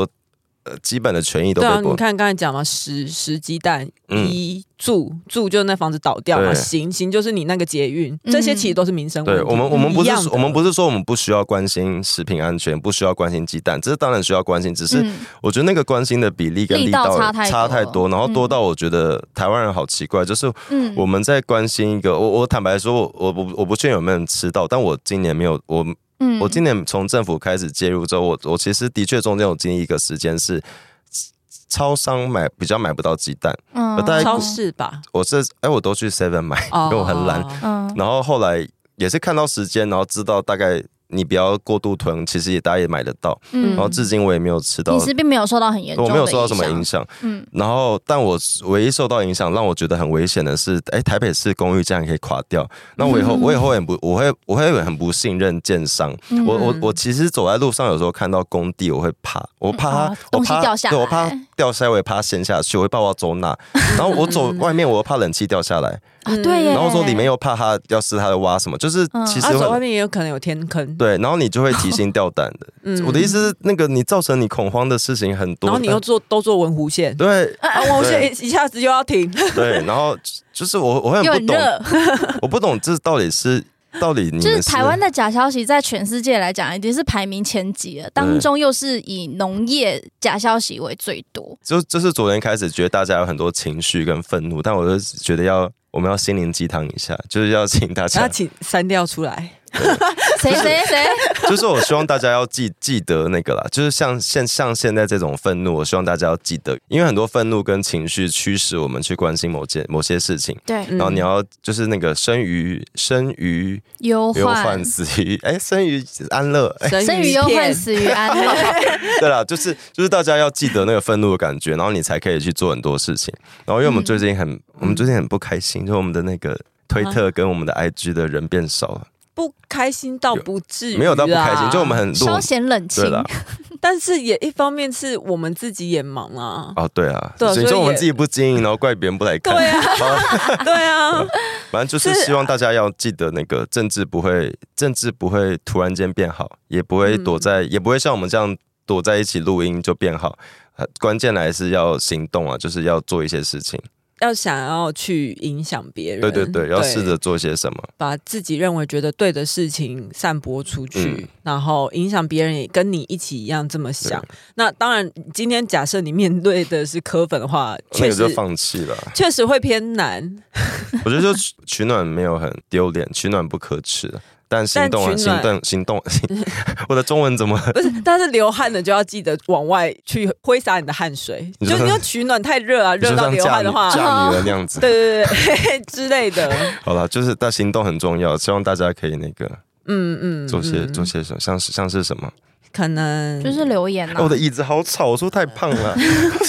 呃基本的权益都
对
被
啊，
剥
你
夺。
看刚才讲嘛，十十鸡蛋，
嗯
一住住就那房子倒掉嘛，
对
行行就是你那个捷运，
嗯
这些其实都是民生问题。
对我们，我们不
一
是
样的
我们不是说我们不需要关心食品安全，不需要关心鸡蛋，这是当然需要关心，只是
嗯
我觉得那个关心的比例跟
力
力
道
道
差太
差太
多
多，然后多到我觉得台湾人好奇怪，就是
嗯
我们在关心一个，我我坦白说，我我我我不确定有没有人吃到，但我今年没有，我
嗯
我今年从政府开始介入之后，我我其实的确中间有经历一个时间是。超商买比较买不到鸡蛋，
嗯
我大概
超市吧，
我是哎、我都去 Seven 买，
哦
因为我很懒。
哦
嗯
然后后来也是看到时间，然后知道大概你不要过度囤，其实也大家也买得到。
嗯
然后至今我也没有吃到
饮，食并没有受到很严重，
我没有受到什么影
响。
响。
嗯，
然后，但我唯一受到影响，让我觉得很危险的是，哎，台北市公寓竟然可以垮掉。那我以
嗯
后，我以后很不，我会，我会很不信任建商。
嗯
我我我其实走在路上，有时候看到工地，我会怕，我怕它
哦，
我
东西
怕
掉下
对我怕
来
掉下来，我也怕它陷下去，我会怕我要走哪。然后我
嗯
走外面，我又怕冷气掉下来，
啊，对耶。
然后说里面又怕它，要是它在挖什么，就是
嗯
其实
啊，走外
会。
面也有可能有天坑，
对，然后你就会提心吊胆的。
嗯
我的意思是，那个你造成你恐慌的事情很多，
然后你又做都做文湖
(laughs)
线，
(laughs)
对
啊，文湖线一一下子又要
(laughs)
停，
对，然后就是我我很
又
不
很
懂，嗯
热，
我不懂这到底是到底你们
就是台湾的假消息，在全世界来讲已经是排名前几了，当中又是以农业假消息为最 (laughs) 多。
就就是昨天开始觉得大家有很多情绪跟愤怒，但我就觉得要我们要心灵鸡汤一下，就是要请大
然
啊
家
后，请删掉出来。
谁谁谁？
就是我希望大家要记记得那个啦，就是像现像现在这种愤怒，我希望大家要记得，因为很多愤怒跟情绪驱使我们去关心某件某些事情。
对，
嗯
然后你要就是那个生于生于
忧
忧
患
患，死于哎生于安乐 (laughs) 哎
生于忧患，死于安乐。
对啦，就是就是大家要记得那个愤怒的感觉，然后你才可以去做很多事情。然后因为我们最近很，我们最近很不开心，就是我们的那个推特跟我们的 IG 的人变少了，
不开心到不至于啦，
没有到不开
啊
心，就我们很
稍
落。
显冷
对
清，
啦，
(laughs) 但是也一方面是我们自己也忙
(laughs)
啊，
哦对啊，
对
所以
所以
说我们
也
自己不经营，然后怪别人不来看。
对
(laughs)
啊
啊，
对啊，
反正就是
是
希望大家要记得那个政治不会，政治不会突然间变好，也不会躲在，
嗯
也不会像我们这样躲在一起录音就变好。呃关键还是要行动啊，就是要做一些事情。
要想要去影响别人，
对对对，要试着做些什么。
把自己认为觉得对的事情散播出去，
嗯
然后影响别人也跟你一起一样这么想。那当然，今天假设你面对的是科粉的话，
那
确
个就
实
放弃了。
确实会偏难。
我觉得就取取暖没有很丢脸，取暖不可耻，但行动啊，
但取暖
行动，行动， (laughs) 我的中文怎么？
不是，但是流汗的就要记得往外去挥洒你的汗水，
你
就
说
你要取暖太热啊，
你
热
就
到
像
流
嫁
汗
女
的话，
嫁女儿那样子。
对对对对 (laughs) 之类的，
好了，就是但行动很重要，希望大家可以那个
嗯嗯，
做些
嗯
做些什么，像是像是什么？
可能
就是留言
哎我
啊
的。椅子好吵，我说太胖了。
(laughs)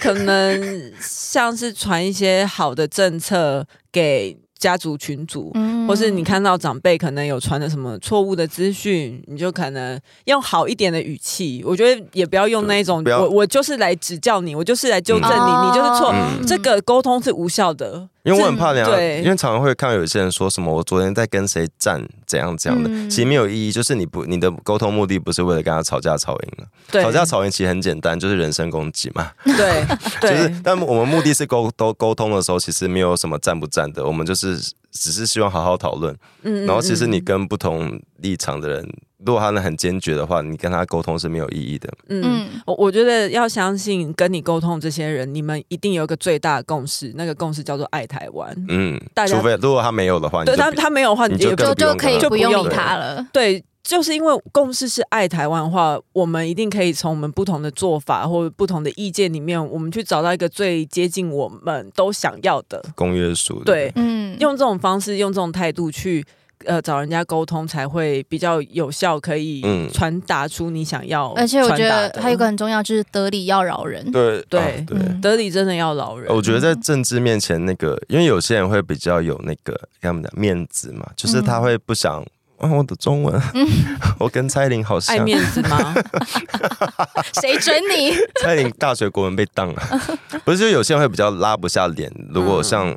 可能像是传一些好的政策给家族群组，
嗯
或是你看到长辈可能有传的什么错误的资讯，你就可能用好一点的语气，我觉得也不要用那种
不要
我我就是来指教你，我就是来纠正你，
哦
你就是错，
嗯
这个沟通是无效的。
因为我很怕啊人家，
对
因为常常会看到有些人说什么我昨天在跟谁战怎样怎样的，
嗯
其实没有意义，就是你不你的沟通目的不是为了跟他吵架吵赢了，
对，
吵架吵赢其实很简单，就是人身攻击嘛。 (laughs)
对对、嗯
就是，但我们目的是沟都沟通的时候，其实没有什么站不站的，我们就是 (laughs) 只是希望好好讨论。
嗯
然后，其实你跟不同立场的人，如果他们很坚决的话，你跟他沟通是没有意义的。
嗯
嗯，
我我觉得要相信跟你沟通这些人，你们一定有一个最大的共识，那个共识叫做爱台湾。
嗯
大，家
除非如果他没有的话，你
对
就
他
比
他没有的话，
你
也
就
不
就
更
就
不用
可以
就
不
不
用
用
理
了
他了。
对，就是因为共识是爱台湾的话，我们一定可以从我们不同的做法或不同的意见里面，我们去找到一个最接近我们都想要的。
公约数。
对，
嗯，
用这种方式，用这种态度去呃找人家沟通，才会比较有效，可以
嗯
传达出你想要
而
传达
且
的。
我觉得还有一个很重要，就是得理要饶人。
对
对嗯
啊对。呃
嗯
德里真的要饶人，
哦我觉得在政治面前，那个因为有些人会比较有那个跟他们讲面子嘛，就是
嗯
他会不想。啊，我的中文， (laughs) 我跟蔡依林好
爱
像。
面子吗？
谁准你？
(laughs) 蔡依林大学国文被
(laughs)
当了，不是就有些人会比较拉不下脸，如
嗯
果像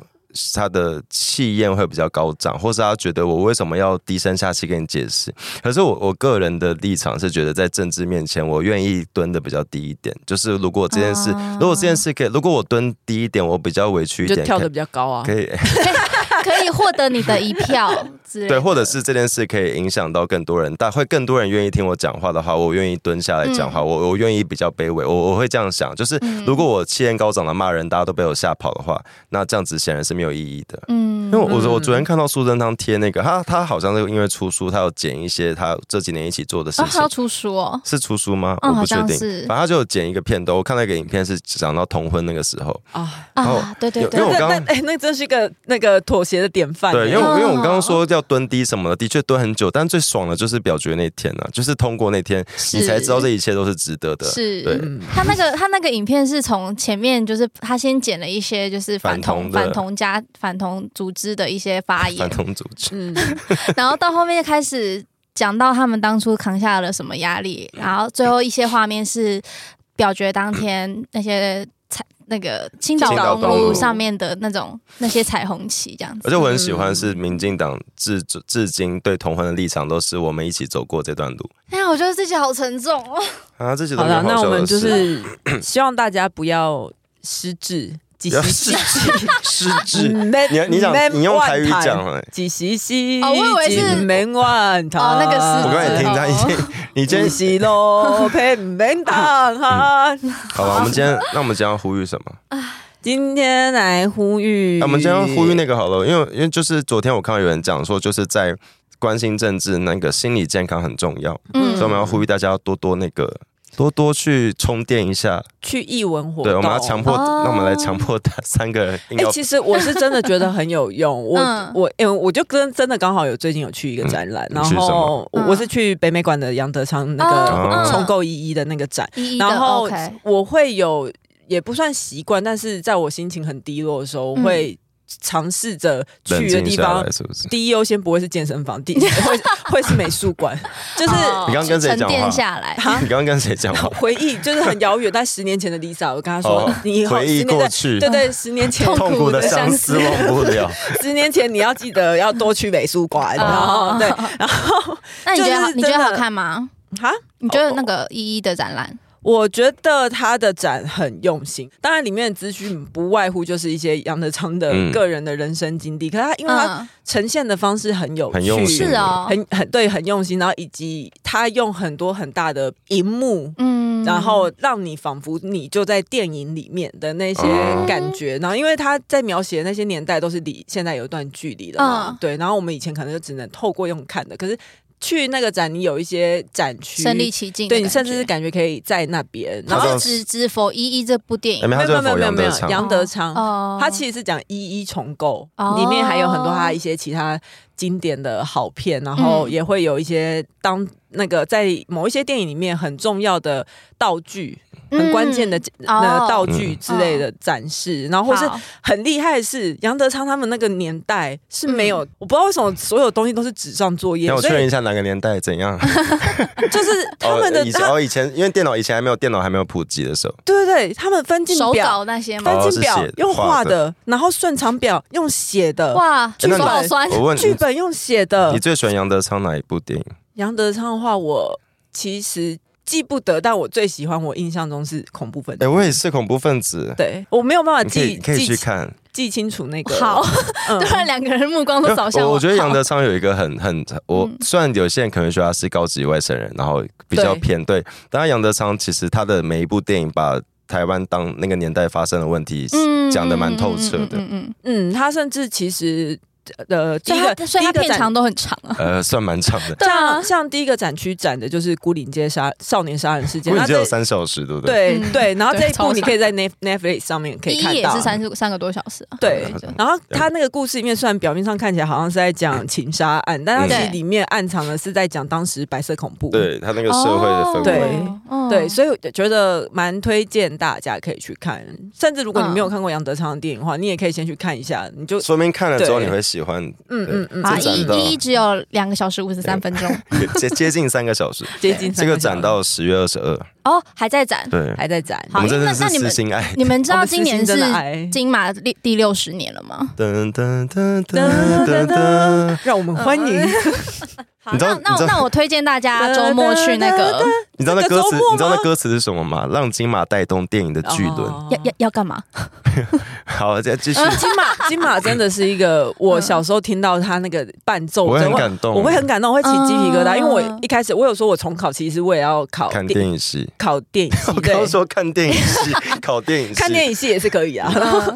他的气焰会比较高涨，或是他觉得我为什么要低声下气跟你解释？可是我我个人的立场是觉得在政治面前，我愿意蹲的比较低一点，就是如果这件事，
啊
如果这件事可以，如果我蹲低一点，我比较委屈一
就
点，
跳的比较高啊
可。以可以
(laughs) 可以获得你的一票之类的。
对，或者是这件事可以影响到更多人，但会更多人愿意听我讲话的话，我愿意蹲下来讲
嗯
话，我我愿意比较卑微，我我会这样想，就是如果我气焰高涨的骂人，大家都被我吓跑的话，那这样子显然是没有意义的。
嗯
因为我我昨天看到苏贞昌贴那个，他他好像是因为出书，他有剪一些他这几年一起做的事
啊，还
情
要。出书哦，
是出书吗？
嗯
我不确
好像
定，
是
反正他就有剪一个片段。我看到一个影片是讲到同婚那个时候，
啊，
然后
啊，对对
有
对
因为，我
那
刚
那哎，那真是一个那个妥协的典范。
对，因为
哎
我因为我
哦
刚刚说要蹲低什么的，的确蹲很久，但最爽的就是表决那天呢、啊，就是通过那天，
是
你才知道这一切都是值得的。
是
对
嗯
他那个他那个影片是从前面就是他先剪了一些就是反同
反同的
反同家反同组织的一些
(laughs)
发
反
言，
同组织，
嗯，
(laughs) 然后到后面就开始讲到他们当初扛下了什么压力，
嗯
然后最后一些画面是表决当天那些彩那个青
青
岛
岛
公
东
路
路
上面的那种那些彩虹旗这样子
而且。我很喜欢是民进党至至今对同婚的立场都是我们一起走过这段路
哎呀，我觉得自己好沉重哦。
啊，这些都
好
是
了，
好
那我
笑
们
的
就
事。
是 (coughs) 希望大家不要失智，几
不要
时失
失
嗯
智，失智。
你
你你讲你用台语讲，哎，
几时失？
哦我以为是
一门万堂
哦那个失
我刚才听他已经，你今
几
天
时咯，陪门堂哈。
好了，我们今天那我们今天要呼吁什么？
今天来呼吁，
啊那我们今天呼吁那个好了，因为因为就是昨天我看到有人讲说，就是在关心政治，那个心理健康很重要，
嗯
所以我们要呼吁大家要多多那个。多多去充电一下，
去艺文活动，
对，我们要强迫，
哦
那我们来强迫大三个人硬
哎、
要
其实我是真的觉得很有用。
(laughs)
我、
嗯
我因为我就跟真的刚好有最近有去一个展览，
嗯
然
你去什
后
么
我
嗯
我是去北美馆的杨德昌那个
哦
重构一一的那个展，
一一的
然后
OK，
我会有也不算习惯，但是在我心情很低落的时候，我
嗯
会尝试着
冷
去的
静
地
下
方
来，。是不是？
第一优先不会是健身房，第 (laughs) 会会是美术馆，就是
哦
你刚刚跟谁讲话
沉淀下来，
(laughs) 你刚刚跟谁
(laughs)
讲话？
回忆，就是很遥远，在十年前的 Lisa，我跟她说
哦，
你以后
回忆
十年
过
在
去，
对对，十年前
痛苦的相思
痛苦的
忘不
(laughs)
了。
十年前你要记得要多去美术馆，
哦
然后
(laughs)
对，然后
(laughs) 那你觉得好
就是
你觉得
真的哦
好看吗？
哈，
你觉得那个一一的展览？
我觉得他的展很用心，当然里面的资讯不外乎就是一些杨德昌的
嗯
个人的人生经历，可是他因为他
嗯，
呈现的方式很有趣，
很用心
是哦，
很很对，很用心，然后以及他用很多很大的荧幕。
嗯
然后让你仿佛你就在电影里面的那些
哦
感觉，然后因为他在描写那些年代都是离现在有一段距离了嘛，
嗯
对，然后我们以前可能就只能透过用看的，可是去那个展，你有一些展区，
身临其境的
对
感觉，
你甚至是感觉可以在那边，然
然
后
后
后
只只否一一这部电
哎没
影，
有，他
没
就是
有没
否
有没有没
杨德
有
昌。
杨德昌。
哦
他其实是讲一一重构，
哦
里面还有很多他一些其他经典的好片，然后
嗯
也会有一些当那个在某一些电影里面很重要的道具、很关键的
哦嗯
呃道具之类的展示，然后或是
好
很厉害的是杨德昌他们那个年代是没
嗯
有，我不知道为什么所有东西都是纸上作业
让，我
所
确认
以
一下哪个年代
(laughs)
怎样？
就是他
哦
们的，
以前
他
哦以前，因为电脑以前还没有电脑还没有普及的时候，
对对对，他们分镜
手
表
稿那些吗？
哦
分镜表
是写的
用
画
画
的
的，然后顺长表用写的，
哇，
哎
手
那你
好酸， (laughs)
我问
剧
你，
本用写的
你。最喜欢杨德昌哪一部
(laughs)
电影？
杨德昌的话，我其实记不得，但我最喜欢，我印象中是恐怖分
哎，
子。
我也是恐怖分子。
对我没有办法
你可以
记
你可以去
记
看，
记清楚那个。
好， (laughs)
嗯
突然啊两个人目 (laughs) 光都扫向嗯
我觉得杨
好
德昌有一个很很，我
嗯
虽然有些人可能说他是高级外省人，然后比较
对
偏对，但他杨德昌其实他的每一部电影把台湾当那个年代发生的问题
嗯
讲的蛮透彻
嗯嗯
的，
嗯嗯嗯，
嗯，他甚至其实呃，第
所以
一
他
个
所以
第
他
一个
片长
展。
都很长啊，
呃，算蛮长的。
对啊
像像第一个展区展的就是孤岭街杀少年杀人事件，
估计
那
只
这
有三小时，对不对？
对
嗯
对，然后
对
这一
超
部你
长
可以在 Net- Netflix 上面可
一
以
一
看
也
到
是。三十三个多小时啊，
对
我觉得
然后他那个故事里面虽然表面上看起来好像是在讲情杀案，但他其实
对
里面暗藏的是在讲当时白色恐怖。
对他那个社会的氛
哦
围，
对
嗯
对，所以我觉得蛮推荐大家可以去看，甚至如果你没有
嗯
看过杨德昌的电影的话，你也可以先去看一下，你就
说明看了之后
对
你会喜欢，
嗯嗯嗯，
啊，
这展到
一一只有两个小时五十三分钟
接接近三个小
(laughs)
时。
接近
这
三
个
小时
展到十月二十二，
哦，还在展。
对，
还在展，
我
好
们真的
那
是
那你们
私心爱。 (laughs)
你们知
我
道
们私
今年
心真
是
的爱
金马第第六十年了吗？
噔噔
噔
噔 (laughs) 噔
噔
噔噔
(laughs)
噔，让我们欢迎
好，
你知道
那那
你知
我
道
那我推荐大家周末去那
(laughs)
个
你知道那歌
这个
词
周末吗？
你知道那歌词是什么吗？让金马带动电影的 (laughs) 巨
哦
轮。
要要要干嘛？
(laughs) 好，再继续。
金马，金马真的是一个我小时候听到他那个伴奏，
我会很
真的
感动，
我会很感动，我会起鸡皮疙瘩，
嗯
因为我一开始我有说我重考，其实我也要考
看电影系。 (laughs)
考电影系，
我
对
刚刚说看电影系，考电影系。
(laughs)
(laughs)
看电影系也是可以啊。
好，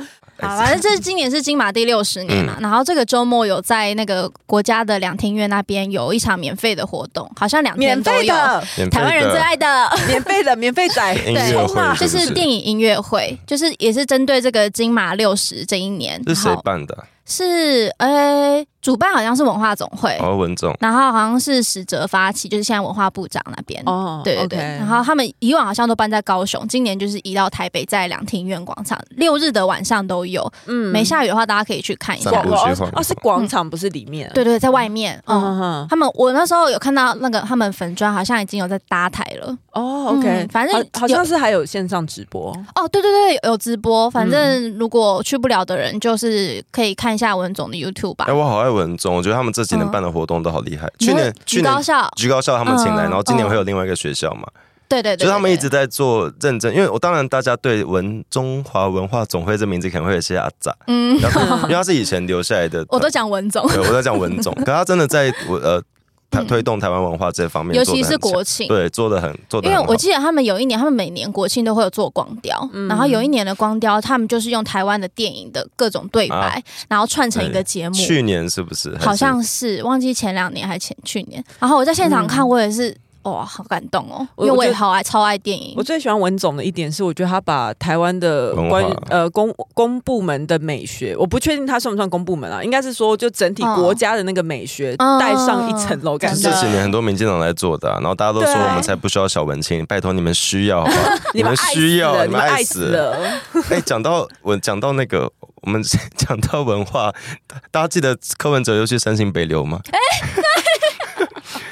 反正这今年是金马第六十年啊
嗯
嘛，然后这个周末有在那个国家的两厅院那边有一场免费的活动，好像两天
免
都
费
有。
的，
免费的
台湾人最爱的， (laughs)
免费的，免费仔，
(laughs) 音乐
冲啊
会，
就是是
不
电影音乐会，就是也是针对这个金马六十这一年，
是谁
然后
办的啊？
是呃，主办好像是文化总会，
哦，文仲，
然后好像是史哲发起，就是现在文化部长那边。
哦
(laughs) 对对对
OK
然后他们以往好像都搬在高雄，今年就是移到台北，在两厅院广场，六日的晚上都有，
嗯
没下雨的话大家可以去看一下
散。步去
哦
晃
哦，是广场，不是里面。
对对，在外面，
嗯，
嗯，
嗯嗯
他们我那时候有看到那个他们粉砖好像已经有在搭台了，
哦，OK，
嗯反正
好好像是还有线上直播，
哦，对对对，有直播，反
嗯
正如果去不了的人，就是可以看一下文总的 YouTube 吧
哎，。我好爱文仲，我觉得他们这几年办的活动都好厉
嗯
害。去年去
举高
年
校，
居高校他们请来，
嗯
然后今年会有另外一个学校嘛，
对对对
就是他们
对
一直在做认真，因为我当然大家对文中华文化总会这名字可能会有些阿杂，
嗯，
然后因为他是以前留下来的，
我都讲文总，
(laughs) 对我在讲文总，可他真的在我呃他推动台湾文化这方面
嗯尤
做得很强，
其是国庆。
对做的很做的
因
很
为
好，
我记得他们有一年，他们每年国庆都会有做光雕，
嗯
然后有一年的光雕，他们就是用台湾的电影的各种对白，
啊
然后串成一个节目。
去年是不是
好像是忘记前两年还前去年，然后我在现场看，我也是、哇，好感动哦，因
嗯我
为我也
我觉得
好爱超爱电影
我。最喜欢文总的一点是，我觉得他把台湾的
文化
关于呃公公部门的美学，我不确定他算不算公部门啊，应该是说就整体国家的那个美学
嗯
带上一层楼，感
是
真
觉
这
的
几年很多民进党来做的啊、然后大家都说
对？
我们才不需要小文青，拜托你们需要好不
(laughs)
好
你们
们
爱
需
死
要，
了，
你
你
们
们
爱
爱
死
死
了。
了，
哎，讲到我讲到那个，我们 (laughs) 讲到文化，大家记得柯文哲又去三星北流吗？ (laughs) 哎，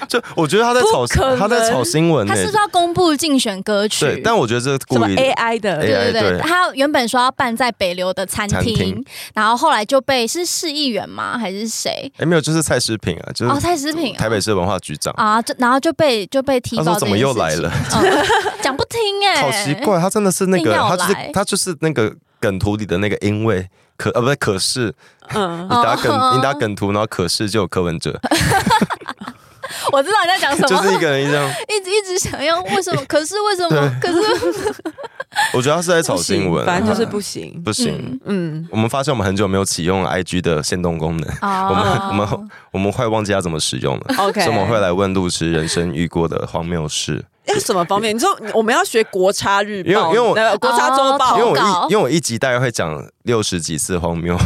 就我觉得他在
不
炒
可能
他在炒新闻呢、
他是不是要公布竞选歌曲？
对，但我觉得这是
什
故
么
意的。
AI 的
AI
对对
对
对，他原本说要办在北流的餐
餐厅
厅，然后后来就被是市议员吗？还是谁？
哎，没有，就是蔡诗平啊，就
哦，
是
蔡思品、
台北市文化局长，
啊，就然后就被就被踢
他
爆
说
这
怎么
件事情。
又来了？ (laughs)
嗯？讲不听 (laughs) 哎、
好奇。怪，他真的是那
硬
个，
要
他就是
来
他就是那个梗图里的那个因为可呃不是可是
嗯
你打梗
哦
你打梗图，然后可是就有柯文
(laughs)
哲，
我知道你在讲什么，
就是一个人这样。
一直一直想要
(laughs)
为什么？可是为什么？可是
我觉得他是在炒
不行
新闻，
反正就是
嗯
不行，
不行
嗯。
嗯，
我们发现我们很久没有启用 IG 的限动功能，我们
啊
我们我们快忘记它怎么使用了。
OK，
所以我们会来问路痴人生遇过的荒谬事，
要什么方面？你说我们要学国差日
因为
报，
因为我
呃国差周
好
因
报
为，我一
搞
因为我一集大概会讲六十几次荒
(laughs)
谬，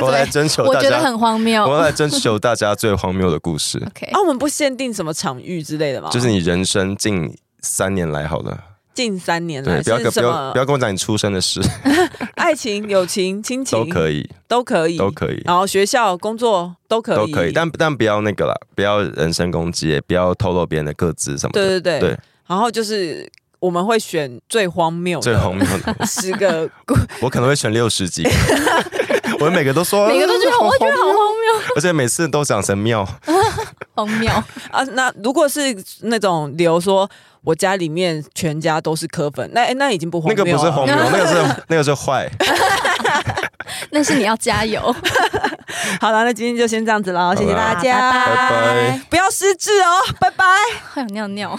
我来征求
我
大
觉得
家，
很荒谬。
我来征求大家最荒谬的故事，
OK，
啊，我们不限定什么场域之类的吗？
就是你人生近三年来好了，
近三年
对，
来
不要
是
跟不
什
要
么
不要跟我讲你出生的事，
爱情、友情、亲情
都可以，
都可以
都可以。
然后学校、工作都可以，
都可以，但但不要那个啦，不要人身攻击，也不要透露别人的个资什么的。
对对对
对
然后就是我们会选最荒谬的
最荒谬
(laughs)
的，
十个 (laughs) 故，
我可能会选六十
(laughs)
几个，我每个都说，
每个都觉得
嗯
好，我
好
觉得好荒谬， (laughs)
而且每次都讲神庙，
荒谬。 (laughs)
啊。那如果是那种留说我家里面全家都是科粉，那哎那已经不荒
那
谬
个
了，
不是荒谬，那个
(laughs)
是那个是坏。
但是你要加油， (laughs)
好了，那今天就先这样子了，谢谢大家，
拜
拜
不要失智哦，拜拜。
好想尿尿。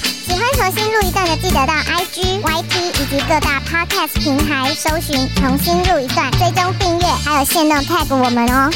喜欢重新录一段的，记得到 IG、YT 以及各大 Podcast 平台搜寻“重新录一段”，追踪订阅，还有限定 tag 我们哦。